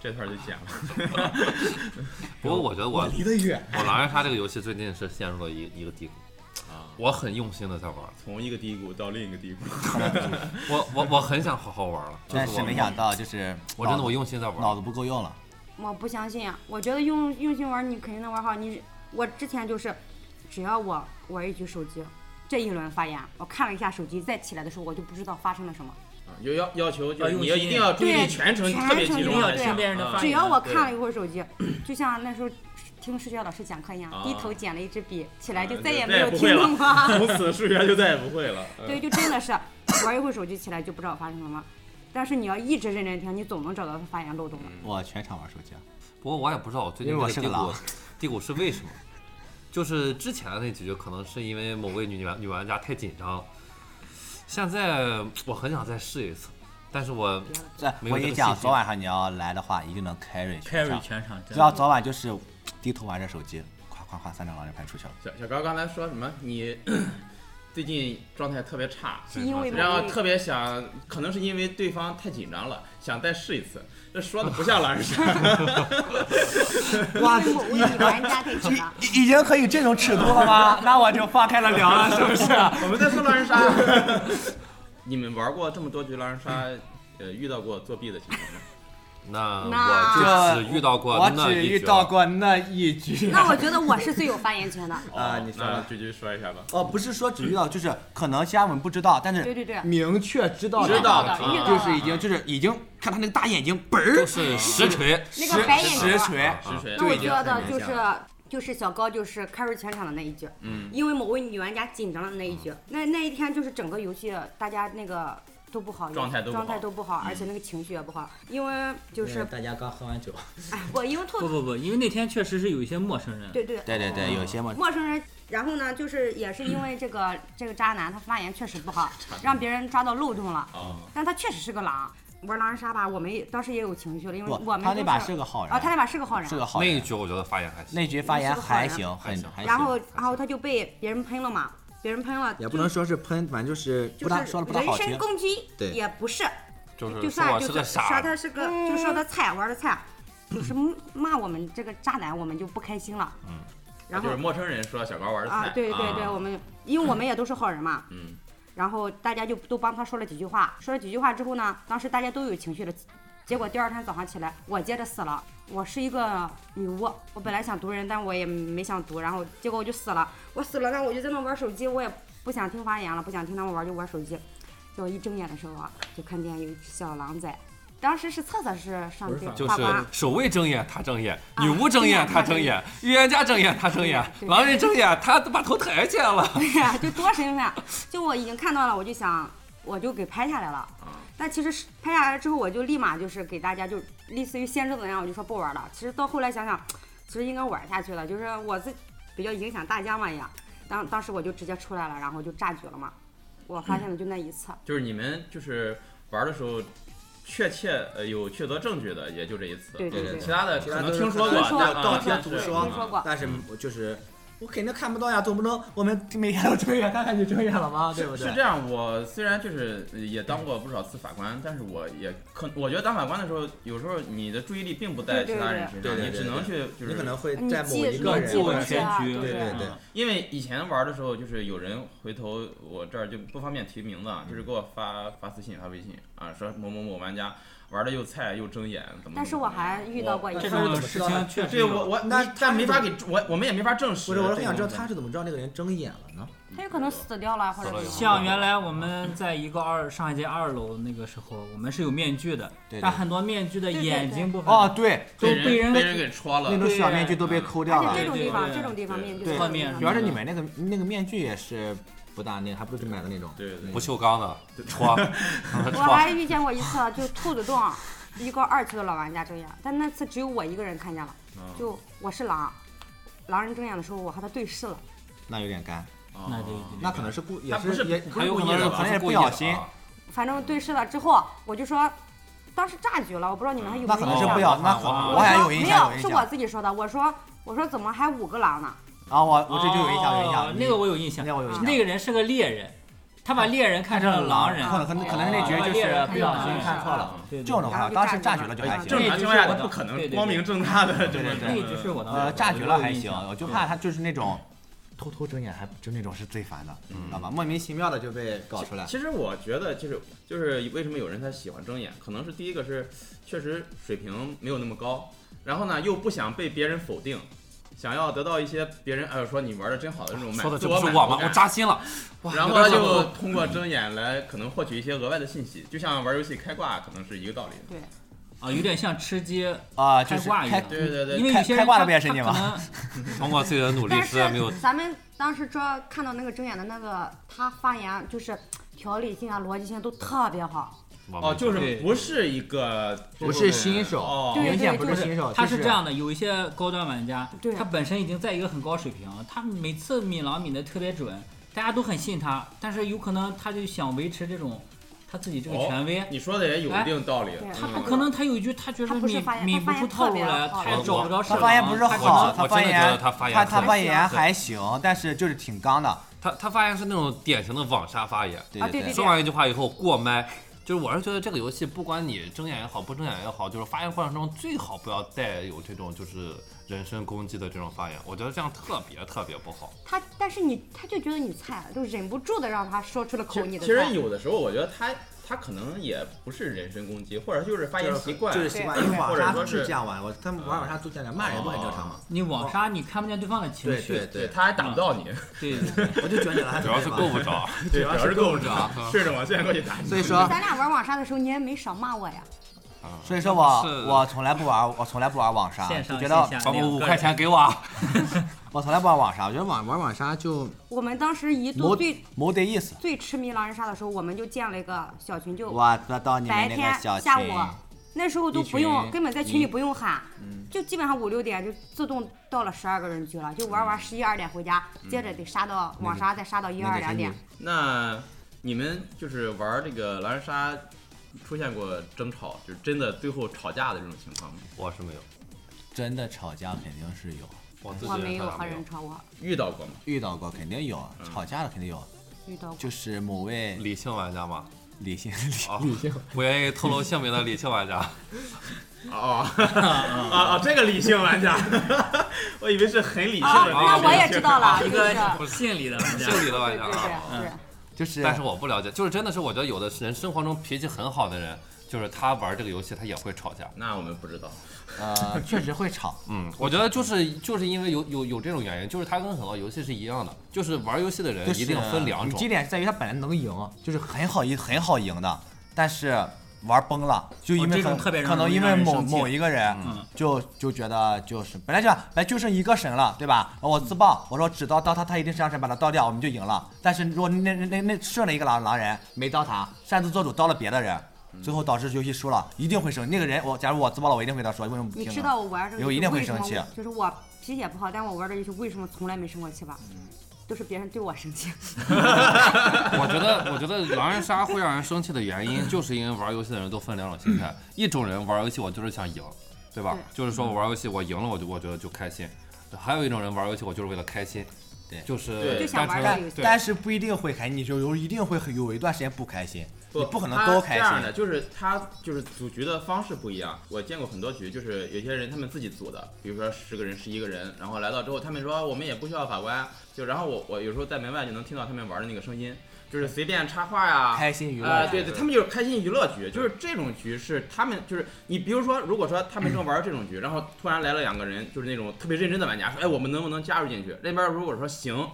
A: 这段就剪了。
E: 不过我觉得我
C: 离得远。
E: 我狼人杀这个游戏最近是陷入了一一个低谷，
A: 啊，
E: 我很用心的在玩，
A: 从一个低谷到另一个低谷。啊
E: 我我我很想好好玩了，
C: 但
E: 就是我
C: 没想到，哎就是
E: 我真的
C: 脑
E: 我用心在玩
C: 脑，子不够用了。
D: 我不相信啊，我觉得用用心玩你肯定能玩好。你我之前就是，只要我玩一局手机，这一轮发言，我看了一下手机，再起来的时候我就不知道发生了什么。
A: 啊，就要要求就
B: 要
A: 是
B: 用
A: 你要
B: 心
A: 一定要注意力
D: 对
A: 全程
D: 全
A: 特别
D: 程
A: 集
D: 注
A: 中
D: 意
A: 才
D: 对
A: 行。
B: 别人的
A: 啊
B: 发
D: 只
B: 言
D: 要我
B: 对
D: 看了一会儿手机，就像那时候听睡觉老师讲课一样，低头捡了一支笔，起来啊就再也没有听懂过。
A: 从此数学就再也不会了。嗯
D: 对，就真的是玩一会儿手机起来就不知道发生什么。但是你要一直认真听，你总能找到发言漏洞的。
C: 我全场玩手机啊。
E: 不过我也不知道我最
C: 因
E: 近
C: 为
E: 这
C: 我
E: 个
C: 是
E: 低
C: 个
E: 谷
C: 狼，
E: 低谷是为什么？就是之前的那几局可能是因为某位女玩女玩家太紧张了，现在我很想再试一次，但是我
C: 这
E: 没有
C: 我跟
E: 这个
C: 你讲，
E: 信心
C: 昨晚上你要来的话，一定能 carry 全
B: carry
C: 场。
B: 全场，真
C: 只要
B: 的
C: 昨晚就是低头玩着手机，夸夸夸三张狼人牌出去了。
A: 小小高刚才说什么？你 最近状态特别差，
D: 是因为
A: 然
D: 某
A: 后
D: 位
A: 特别想，可能是因为对方太紧张了，想再试一次。这说的不像狼人杀，
C: 哇
D: 因为某位女玩 家太紧了。
C: 已已经可以这种尺度了吗？ 那我就放开了聊了，是不是？
A: 我们在说狼人杀。 你们玩过这么多局狼人杀，呃，遇到过作弊的情况吗？
E: 那
D: 那
E: 我就只遇到过
C: 我
E: 那
C: 只
E: 一
C: 遇
E: 局
C: 到
E: 了。
C: 过那一局。
D: 那我觉得我是最有发言权的。
C: 啊你说
A: 那
C: 吧
A: 菊菊说一下吧。
C: 哦，不是说只遇到，就是可能其他我们不知道，但是
D: 对对对
C: 明确知道啊
A: 知道的
D: 遇到
C: 就
D: 了
C: 是已经就是已经看他那个大眼睛，嘣儿
E: 就是实锤，
D: 那个白眼
C: 实
D: 球。啊
C: 锤。
A: 实锤
D: 那我
A: 对
D: 觉得就是就是小高就是开入全场的那一局，嗯，因为某位女玩家紧张的那一局，那那一天就是整个游戏大家那个都不好，
A: 状态都不好
D: 状态都不好，而且那个情绪也不好，因为就是
C: 大家刚喝完酒。
D: 哎 不因为
B: 不
D: 兔
B: 不不，因为那天确实是有一些陌生人，
D: 对对
C: 对对对，有些嘛，
D: 陌生人。然后呢，就是也是因为这个、这个渣男，他发言确实不好，让别人抓到漏洞了。
A: 啊，
D: 但他确实是个狼，玩狼人杀吧，我们也当时也有情绪了，因为
C: 不
D: 我们，
C: 他那把
D: 都
C: 是个好人，
D: 啊，他那把是个好人，
C: 是个好
E: 那一
C: 人。
E: 局我觉得发言还行。
C: 那局发言
D: 是个好人
C: 还行，很
E: 还行
C: 还行。
D: 然后然后他就被别人喷了嘛，别人喷了
C: 也不能说是喷，反正就是
D: 就
C: 不
D: 是
C: 大说的不大好
D: 人身
C: 听。
D: 攻击，
C: 对
D: 也不是，
E: 就是
D: 就
E: 说
D: 算
E: 我
D: 就是是
E: 个
D: 说
E: 傻子，
D: 他是个，就说他菜玩的菜，就是骂我们这个渣男，我们就不开心了。嗯，然后
A: 就是陌生人说小高玩的
D: 啊，
A: 菜，
D: 对对对，
A: 啊
D: 我们因为我们也都是好人嘛，
A: 嗯，
D: 然后大家就都帮他说了几句话，说了几句话之后呢，当时大家都有情绪了，结果第二天早上起来，我接着死了。我是一个女巫，我本来想毒人，但我也没想毒，然后结果我就死了。我死了，那我就在那玩手机，我也不想听发言了，不想听他们玩，就玩手机。结果一睁眼的时候啊，就看见有一只小狼在，当时是厕所是上
B: 不是
D: 边
B: 反
E: 就
D: 呱呱
E: 是守卫睁眼他睁眼，
D: 啊
E: 女巫睁眼
D: 对
E: 他睁眼，预言家睁眼他睁眼，
D: 对
E: 狼人睁眼他都把头抬起来了。
D: 对呀、就多身份啊！就我已经看到了，我就想，我就给拍下来了。但其实是拍下来之后，我就立马就是给大家就类似于先知怎样，我就说不玩了。其实到后来想想，其实应该玩下去了，就是我自比较影响大家嘛也。当当时我就直接出来了，然后就炸局了嘛。我发现了就那一次，
A: 就是你们就是玩的时候，确切呃有确凿证据的也就这一次，
D: 对对
F: 对对
A: 其他的
F: 其
A: 可
F: 他
A: 能
F: 都是
A: 听说
D: 听
A: 过，
D: 说
A: 但
D: 过
A: 啊
D: 听
A: 但是
F: 说
A: 嗯
F: 过
D: 听说过，
F: 但是我就是我肯定看不到呀，总不能我们每天都睁眼看看就睁眼了吗？对不
A: 是
F: 对？
A: 这样，我虽然就是呃也当过不少次法官，但是我也可，我觉得当法官的时候，有时候你的注意力并不在其
D: 对对
A: 他
D: 对
A: 人身
F: 对
A: 上，
F: 对
A: 你
F: 对
A: 只能去就是
F: 你可能会
D: 你
F: 在某
D: 记
F: 一
D: 住
F: 个
D: 记
F: 人
D: 住
B: 过
F: 的
D: 是
B: 全
D: 啊
B: 局
D: 对
F: 对对
D: 嗯
F: 对
A: 因为以前玩的时候，就是有人回头我这儿就不方便提名字啊，
F: 嗯
A: 就是给我发发私信、发微信啊，说某某某玩家玩的又菜又睁眼，怎么怎么样？
D: 但是我还遇到过一
B: 这
D: 次，
B: 种事情确实
A: 对
B: 有
A: 我我
F: 那
A: 你但没法给我我们也没法证实。
F: 不是，我是很想知道
A: 这个东西
F: 他是怎么知道那个人睁眼了呢？
D: 他有可能死掉了或者
E: 死了以后
D: 怎么样
B: 像原来我们在一个二上海街二楼那个时候，我们是有面具的，
C: 对对
B: 但很多面具的
D: 对对
B: 眼睛部分
C: 哦，对，
B: 都
A: 被
B: 被人
A: 被人给戳了
C: 那，种小面具都被抠掉
D: 而
B: 嗯
C: 了
D: 且这。种地方
B: 对对对
D: 这种地方面具
C: 对
D: 哎这种地
B: 侧面
D: 方
C: 主要是你们那个那个面具也是不大那个，还不是买的那种。
A: 对对对
E: 不锈钢的 戳，
D: 我
E: 戳。
D: 还遇见过一次，就兔子洞一个二区的老玩家睁眼，但那次只有我一个人看见了，
A: 嗯
D: 就我是狼，狼人睁眼的时候，我和他对视了，
C: 那有点干，
A: 啊
B: 那就一定
C: 那可能是故也
A: 他不是
C: 也
A: 不
E: 还
A: 是
E: 有
A: 故
E: 可
A: 意
E: 能
A: 的
E: 是
A: 吧
C: 可能也不
E: 故意的
C: 小心
E: 啊
D: 反正对视了之后，我就说，当时炸局了，我不知道你们还有没
C: 那
D: 有
C: 可能
D: 印象。
B: 啊哦
C: 是不小，那可
E: 我
C: 能
D: 我
C: 我
D: 说
C: 也有印象，
D: 没
C: 有
D: 有，是
C: 印
D: 我
C: 象。
D: 自己说的。我说我说怎么还五个狼呢？
C: 啊，我我这就有印象，有嗯印
B: 哦
C: 象。
B: 那个我有印象，
C: 那我有印象
B: 那个人是个猎人，他把猎人看成了狼人，
C: 可能可能可能那局
B: 哦
C: 就是不小心
B: 猎人
C: 看错了。
B: 对对对
C: 这种的话，当时炸局了就
E: 哎
C: 还
A: 正
C: 行。
A: 常情况下不可能光明正大的这么
B: 那局是我的，
C: 呃，炸局了还行
B: 我有印，象嗯
C: 我就怕他就是那种偷偷睁眼，还就那种是最烦的，
B: 嗯
C: 知道吧？莫名其妙的就被搞出来。
A: 其实我觉得就是就是为什么有人他喜欢睁眼，可能是第一个是确实水平没有那么高，然后呢又不想被别人否定，想要得到一些别人哎呦说你玩的真好的那种满
E: 说的
A: 自
E: 这不是
A: 满
E: 我
A: 足
E: 吗？我
A: 感。
E: 扎心了。哇
A: 然后
E: 有
A: 他
E: 点想
A: 就
E: 哭
A: 通过睁眼来可能获取一些额外的信息，就像玩游戏开挂可能是一个道理。
D: 对，
B: 啊，有点像吃鸡，
C: 啊，就是
B: 开挂一
C: 开
B: 样
A: 对对对
B: 因为有
C: 呃开
B: 些
C: 开
B: 人
C: 挂
B: 他
C: 了不也是你吗
B: 他可能
E: 通过自己的努力，
D: 但
E: 实
C: 啊
E: 在没有
D: 是咱们当时说看到那个睁眼的那个，他发言就是条理性啊、逻辑性都特别好。
A: 哦，就是不是一个
C: 不是新手
A: 哦，
D: 对
C: 明显
D: 对
C: 不
D: 就是是
C: 新手，
B: 他
C: 就是
B: 这样的，有一些高端玩家
D: 对，
B: 他本身已经在一个很高水平，了，他每次抿狼抿的特别准，大家都很信他，但是有可能他就想维持这种他自己这个
A: 哦
B: 权威。
A: 你说的也有一定道理。嗯
D: 对
B: 他不可能，他有一句他觉得
D: 他不是
B: 抿
D: 发言
B: 抿
D: 他
B: 不
D: 发
B: 出
D: 言
B: 套
D: 特
B: 路
D: 别
B: 来，
D: 好
B: 他也找不着事
C: 他
B: 儿。啊
C: 发言不是好，啊
E: 我
C: 他
E: 我
C: 发
E: 真的觉
C: 言
E: 得他发言
C: 他
E: 很
C: 他发言还行，但是就是挺刚的。
E: 他他发言是那种典型的网杀发言，
C: 对
D: 啊对对
E: 说完一句话以后过麦。就是我是觉得这个游戏，不管你睁眼也好，不睁眼也好，就是发言过程中最好不要带有这种就是人身攻击的这种发言，我觉得这样特别特别不好。
D: 他但是你他就觉得你菜，就忍不住的让他说出了
A: 其
D: 口
A: 实
D: 你的
A: 其实
D: 菜。
A: 有的时候，我觉得他他可能也不是人身攻击，或者就是发言习惯，
F: 就是习惯，因为
A: 或
F: 网
A: 者
F: 杀
A: 说
F: 都
A: 是
F: 是这样玩，我他们玩网杀都这样，骂人不很正常 吗？
B: 你网杀你看不见对方的情
F: 对
B: 绪，
F: 对
A: 对，他还打不到你，
B: 对对对
F: 我就觉得你了，
E: 主要是够不着，
A: 对，
F: 主要
A: 主要 是
F: 是
A: 够
F: 够
A: 不
F: 不
A: 着
F: 着，
A: 顺着网线过去打你。
C: 所以说
D: 咱俩玩网杀的时候，你也没少骂我呀。
C: 所以说我
E: 是
C: 我从来不玩，我从来不玩网杀，
B: 线
C: 就
B: 上线
C: 觉得
B: 下
E: 要
B: 两
E: 不五
B: 个
E: 块
B: 人
E: 钱给我啊，
C: 我从来不玩网杀，我觉得网玩网杀就
D: 我们当时一度
C: 没
D: 最
C: 没得意思。
D: 最痴迷狼人杀的时候，我们就建了一个小群，就
C: 我知道你们
D: 白
C: 那
D: 天
C: 个小
D: 下
C: 群
D: 午，那时候都
C: 一
D: 不用，
C: 群嗯
D: 根本在群里
C: 一
D: 不用喊，就基本上五六点就自动到了十二个人局了，就玩玩十一二点回家，接着得杀到网杀，再杀到一
C: 嗯那
D: 二
C: 得
D: 两
C: 是
D: 点
C: 你。
A: 那你们就是玩这个狼人杀，出现过争吵，就是真的最后吵架的这种情况吗？
E: 我是没有，
C: 真的吵架肯定是有，
E: 我自己
D: 我没有
E: 他
D: 和
E: 俩没
D: 人吵，我
A: 遇到过吗？
C: 遇到过肯定有，
E: 嗯
C: 吵架的肯定有，
D: 遇到过。
C: 就是某位
E: 理性玩家嘛，
C: 理性
E: 啊
C: 理性，
E: 不愿意透露姓名的理性玩家，
D: 嗯
A: 哦 啊啊！这个理性玩家， 我以为是很理性
D: 啊，
A: 的。
D: 那我也知道了，
B: 一
D: 就是
B: 个姓李的玩家
E: 姓。李的玩
D: 对对
E: 家
D: 对
E: 啊。
D: 对，
C: 就是
E: 但是我不了解，就是真的是我觉得有的人生活中脾气很好的人，就是他玩这个游戏他也会吵架。
A: 那我们不知道。
C: 呃，确实会吵。
E: 嗯，我觉得就是就是因为有有有这种原因，就是它跟很多游戏是一样的，就是玩游戏的人
C: 就是啊
E: 呃一定分两
C: 你这
E: 种。
C: 点是在于他本来能赢，就是很好赢很好赢的，但是玩崩了，就因
B: 哦
C: 为
B: 这
C: 很、
B: 种特别让
C: 可能因为
B: 让人
C: 某
B: 生气
C: 某一个人，
B: 嗯
C: 就就觉得就是本来就本来就剩一个神了，对吧？我自爆，我说只刀刀他，他一定是让神把他刀掉，我们就赢了。但是如果那那那那剩了一个狼狼人没刀他，擅自做主刀了别的人。
E: 嗯
C: 最后导致游戏输了，一定会生气那个人。我假如我自爆了，我一定会跟他说为什么不
D: 你
C: 听啊。
D: 知道我玩这个
C: 有
D: 游
C: 一
D: 戏
C: 定会
D: 为什么
C: 生气啊
D: 我就是我脾气也不好，但我玩这游戏为什么从来没生过气吧？
C: 嗯
D: 都是别人对我 生气。
E: 我觉得我觉得狼人杀会让人生气的原因，就是因为玩游戏的人都分两种 心态，一种人玩游戏我就是想赢，对吧？就是
C: 嗯
E: 说我玩游戏我赢了我就我觉得就开心，还有一种人玩游戏我就是为了开心，
C: 对
E: 就是
A: 对就
D: 想
E: 单
D: 玩这
E: 纯
D: 个
E: 的
D: 游戏
E: 对
C: 但是不一定会开心，你就有一定会有一段时间不开心，你不可能都
A: 他
C: 开
A: 这样
C: 心。
A: 的就是他就是组局的方式不一样。我见过很多局，就是有些人他们自己组的，比如说十个人、十一个人，然后来到之后，他们说我们也不需要法官，就然后我我有时候在门外就能听到他们玩的那个声音，就是随便插话呀、
C: 开心娱乐
E: 呃
A: 啊、
C: 呀
A: 对对，他们就是开心娱乐局，就是这种局是他们就是你，比如说，如果说他们正玩这种局，然后突然来了两个人，就是那种特别认真的玩家，说，哎，我们能不能加入进去？那边如果说行，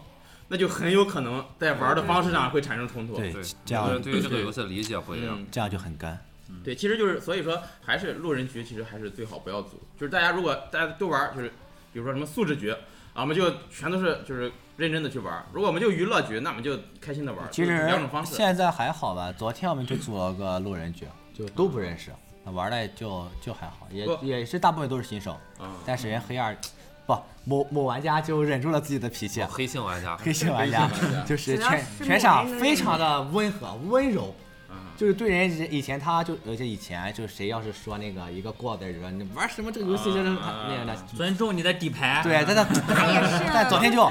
A: 那就很有可能在玩的方式上会产生冲突。
C: 对
E: 对，
C: 这
E: 每个人
C: 样
E: 对于这个游戏的理解不一样。
A: 嗯，
C: 这样就很干。
E: 嗯
A: 对，其实就是所以说，还是路人局，其实还是最好不要组。就是大家如果大家都玩儿，就是比如说什么素质局啊，我们就全都是就是认真的去玩儿；如果我们就娱乐局，那我们就开心的玩儿。
C: 其
A: 就是
C: 实
A: 两种方式。
C: 现在还好吧，昨天我们就组了个路人局，就都不认识，玩的就就还好，也
A: 不
C: 也是大部分都是新手，
A: 啊，
C: 但是人黑二不某某玩家就忍住了自己的脾气，啊
E: 黑性玩家，
C: 黑心玩家
A: 哦黑心玩家
C: 就是
D: 只要
C: 全
D: 是
C: 全
D: 某
C: 场
D: 人
C: 非常的温和温柔，
A: 啊
F: 就是对人以前他就
C: 呃
F: 而且以前就是谁要是说那个一个过的人说你玩什么这个游戏就是
A: 啊啊啊啊
F: 那样的，
B: 尊重你的底牌。
C: 对，但他
D: 他也是
C: 但昨天就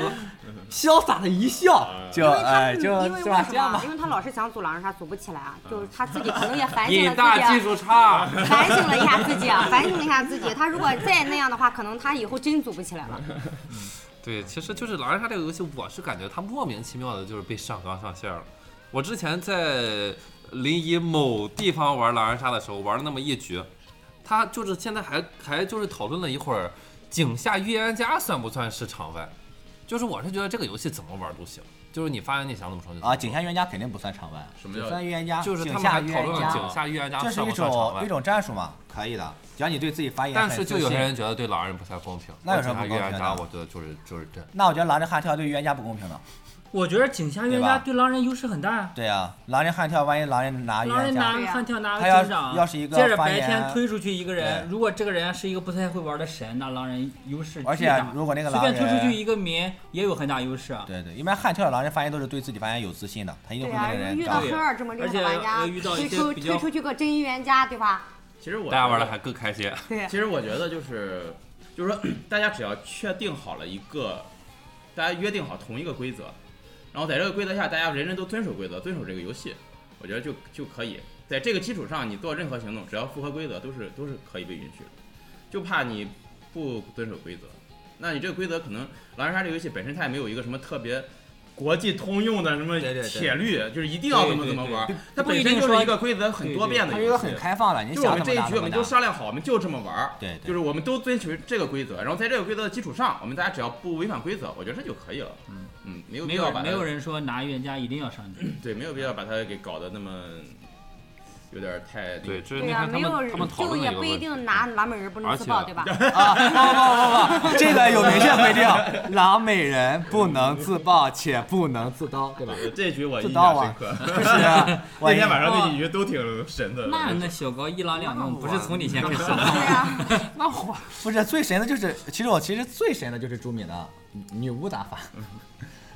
F: 潇洒的一笑
C: 就
D: 因为他嗯
C: 哎
D: 因为
C: 就
D: 为为
C: 是
D: 什
C: 吧这样
D: 么啊
C: 吧？，嗯
D: 因为他老是想组狼人杀，组不起来啊，就是他自己可能也反省了自己
E: 你
D: 啊
E: 大技术差，
D: 反省了一下自己，啊，反省了一下自己。他如果再那样的话，可能他以后真组不起来了。
C: 嗯
E: 对，其实就是狼人杀这个游戏，我是感觉它莫名其妙的就是被上纲上线了。我之前在临沂某地方玩狼人杀的时候，玩了那么一局，他就是现在还还就是讨论了一会儿，井下预言家算不算是场外？就是我是觉得这个游戏怎么玩都行，就是你发现你想怎么说就怎么
C: 啊，
E: 说
C: 井下预言家肯定不算场外，
A: 什么叫
C: 井下预言家？
E: 就是他
C: 井
E: 们
C: 下
E: 还
C: 预
E: 讨
C: 言
E: 论了
C: 家
E: 井下预言家
C: 这是
E: 算
C: 一
E: 不算场
C: 种一
E: 外？
C: 种战术嘛，可以的，只要你对自己发言
E: 但
C: 很
E: 是
C: 自信。
E: 就有些人觉得对狼人不太公平，
C: 那有什
E: 井
C: 么不
E: 下预
C: 公平
E: 言
C: 的
E: 家我觉得就是就是这。
C: 那我觉得狼人悍跳对预言家不公平的。
B: 我觉得井下预言
C: 对
B: 家
C: 吧
B: 对狼人优势很大呀。
C: 对呀、狼人悍跳，万一狼人拿预
B: 狼
C: 言
B: 人拿
C: 家，
B: 个
D: 对呀
B: 饭跳拿
C: 啊他要
B: 个警长，
C: 要是一个
B: 接着
C: 发
B: 白
C: 言
B: 天推出去一个人，
C: 对
B: 如果这个人是一个不太会玩的神，那狼人优势巨大。
C: 而且啊如果那个
B: 随
C: 狼
B: 便
C: 人
B: 推出去一个民也有很大优势啊。
C: 对对，一般悍跳的狼人发言都是对自己发言有自信的，他一定
D: 对
C: 会
D: 啊，
C: 那个
D: 如果
C: 人
D: 遇到
C: 干
B: 对
D: 科尔这么厉害的玩家，
E: 呃
B: 而且要遇到一
D: 推
B: 些
D: 出
B: 比较
D: 推出去个真预言家，对吧？
A: 其实我
E: 大家玩的还更开心，
D: 对
A: 其实我觉得就是，就是说大家只要确定好了一个，大家约定好同一个规则，然后在这个规则下，大家人人都遵守规则，遵守这个游戏，我觉得就就可以。在这个基础上，你做任何行动，只要符合规则，都是都是可以被允许的。就怕你不遵守规则，那你这个规则可能狼人杀这个游戏本身它也没有一个什么特别国际通用的什么
C: 对对对
A: 铁律，就是一定要怎么
B: 对对
A: 怎么玩
B: 对，
A: 它本身就是一个规则很多变的
C: 他
A: 游
C: 觉
A: 戏。啊
C: 得很开放了，你
A: 就是我
C: 哎想
A: 们
C: 怎
A: 这一
C: 么打
A: 局，
C: 怎
A: 我
C: 么
A: 们
C: 打
A: 就。商量好，我们就这么玩儿。
C: 对对
A: 就是我们都遵循这个规则，然后在这个规则的基础上，我们大家只要不违反规则，我觉得这就可以了。嗯没有
B: 没
A: 必要
B: 有
A: 把它
B: 没有人说拿预言家一定要上井，
A: 对没有必要把它给搞得那么有点太
E: 对，这是
D: 对
E: 你
D: 啊，
E: 看他
D: 没有
E: 们
D: 人
E: 他们讨
D: 就
E: 论的
D: 也
E: 一个
D: 不
E: 问
D: 一
E: 题嗯
D: 定拿蓝美人不能自
E: 而
D: 爆，
E: 且
D: 对 吧？
C: 啊，不不不不不，这个有明确规定， 狼美人不能自爆且不能自刀，对吧？
A: 呃这局我
C: 自
A: 印
C: 刀
A: 象
C: 啊
A: 深刻。
C: 就是啊，我
A: 那天晚上那几局都挺神的。
B: 那那小高一狼两用不是从你先开 始的。
D: 对啊，
C: 不是最神的就是，其实我其实最神的就是朱敏的女巫打法，
A: 嗯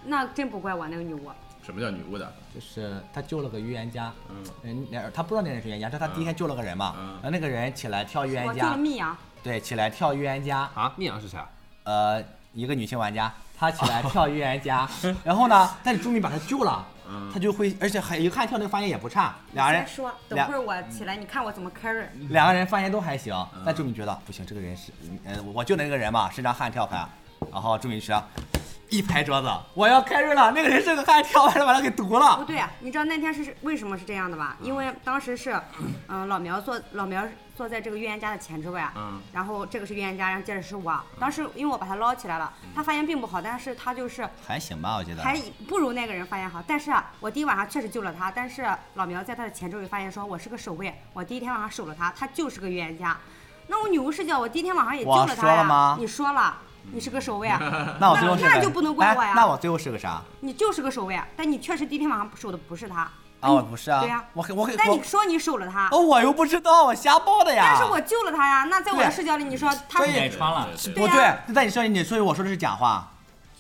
D: 那真不怪我那个女巫，
A: 什么叫女巫的？
C: 就是她救了个预言家，
A: 嗯，
C: 嗯，那他不知道那人是预言家，这是他第一天救了个人嘛，
A: 嗯
C: 然后那个人起来跳预
D: 我
C: 言
D: 救了啊
C: 家，
D: 密阳，
C: 对，起来跳预言家，
E: 啊，密阳是啥？
C: 呃，一个女性玩家，她起
A: 哦
C: 来跳预言 家，然后呢，但是朱敏把她救了，
A: 嗯
C: 她就会，而且还一看跳那个发言也不差，俩人
D: 先说，等
C: 俩
D: 会儿我起
C: 嗯
D: 来，你看我怎么 carry。
C: 两个人发言都还行，但朱敏觉得不行，这个人是，呃，我救的那个人嘛是张悍跳牌，然后朱敏说，一拍桌子，我要开瑞了，那个人是个悍跳，完了把他给毒
D: 不
C: 了，
D: 对，啊你知道那天是为什么是这样的吧？因为当时是，嗯、老苗坐老苗坐在这个预言家的前置位，啊
A: 嗯，
D: 然后这个是预言家，然后接着是
C: 嗯
D: 我。当时因为我把他捞起来了，他发言并不好，但是他就是
C: 还行吧，我觉得，
D: 还不如那个人发言好。但是啊我第一晚上确实救了他，但是老苗在他的前置位发言说，我是个守卫，我第一天晚上守了他，他就是个预言家。那我女巫视角，我第一天晚上也救
C: 我
D: 了他
C: 说
D: 呀。
C: 了吗
D: 你说了，你是个守卫啊，
C: 那我最后是
D: 那
C: 个
D: 就不能怪我呀
C: 哎那我最后是个啥？
D: 你就是个守卫啊，但你确实第一天晚上守的不是他。
C: 啊，我不是啊，
D: 嗯对呀
C: 我可我可
D: 但
C: 我
D: 你说你守了他，
C: 哦，我又不知道，我瞎报的呀。
D: 但是我救了他呀。那在我的
C: 对
D: 视角里，你说他
C: 所以
B: 奶穿了，
A: 对
C: 不
D: 对呀
C: 对，那在你说你，所以我说的是假话。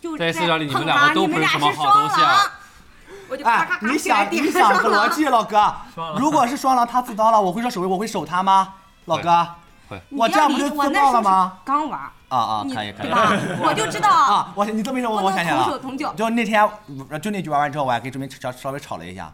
D: 就
E: 在视角里你们
D: 碰
E: 两
D: 他
E: 个都
D: 你
E: 不
D: 们
E: 是
D: 俩
E: 什
D: 是
E: 么好东西啊
D: 双狼我就咔
C: 哎
D: 咔，咔
C: 你
D: 起来
C: 想
D: 点
C: 你想
D: 上
C: 个逻
D: 了。
C: 辑，老哥
B: 双，狼
C: 如果是双狼他自刀了，我会说守卫，我会守他吗？老哥，啊
D: 你
C: 我这
D: 要
C: 样不
D: 理
C: 就
D: 我
C: 自
D: 那
C: 爆
D: 时候
C: 了
D: 是
C: 吗？
D: 刚 玩儿，
C: 啊啊，
D: 你
C: 可以可以
D: 对。吧？我就知道
C: 啊，我你这么一说，
D: 不
C: 我我
D: 能
C: 想起来
D: 同手
C: 了，
D: 同脚。
C: 就那天就那局玩完之后，我还跟朱明稍稍微吵了一下，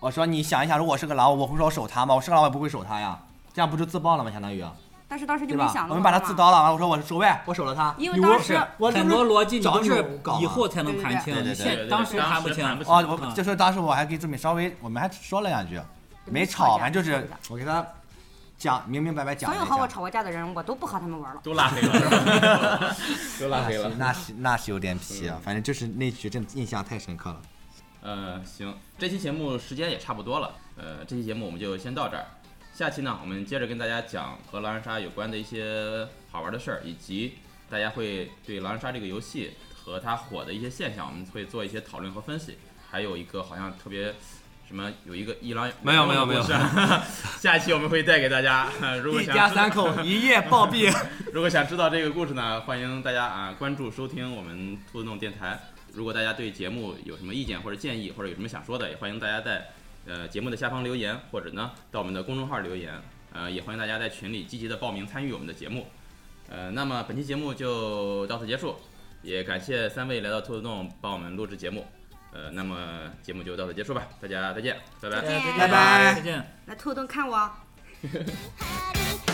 C: 我说你想一想，如果我是个狼，我会说我守他吗？我是个狼，我也不会守他呀，这样不就自爆了吗？相当于。啊
D: 但是当时就
C: 对
D: 没
C: 吧？
D: 想
C: 我
D: 到
C: 们把他
D: 嘛
C: 自刀了，完了我说我守卫，我守了他。
D: 因为
C: 女巫
D: 当时
C: 我
B: 很多逻辑你
C: 找
B: 都
C: 你
B: 是
C: 搞嘛
B: 以后才能盘清，
C: 对
B: 你
A: 对
C: 对对对
B: 现
A: 对
B: 当时
A: 当时
B: 盘不清嗯
A: 盘。不清
C: 啊，我就说当时我还跟朱敏稍微，我们还说了两句，没吵，
D: 没吵架
C: 反正就是
D: 没吵架
C: 我给他讲明明白白讲
D: 所
C: 了一
D: 有
C: 下。
D: 和我吵过架的人，我都不和他们玩了。
A: 都拉黑了，都拉黑了。
C: 那是那是有点皮啊，反正就是那局真的印象太深刻了。
A: 呃，行，这期节目时间也差不多了，呃，这期节目我们就先到这儿。下期呢，我们接着跟大家讲和狼人杀有关的一些好玩的事儿，以及大家会对狼人杀这个游戏和它火的一些现象，我们会做一些讨论和分析。还有一个好像特别什么，有一个一狼
E: 没有没有没有
A: 不是下期我们会带给大家。呃如果
C: 一
A: 想
C: 家三口一夜暴毙。
A: 如果想知道这个故事呢，欢迎大家啊关注收听我们兔子洞电台。如果大家对节目有什么意见或者建议，或者有什么想说的，也欢迎大家在呃节目的下方留言，或者呢到我们的公众号留言。呃，也欢迎大家在群里积极的报名参与我们的节目。呃，那么本期节目就到此结束，也感谢三位来到兔子洞帮我们录制节目。呃，那么节目就到此结束吧，大家再见，拜拜。
D: 再见
B: 再见
D: 拜
F: 拜
B: 再见。
D: 啊来兔洞看我。
G: 「春風吹く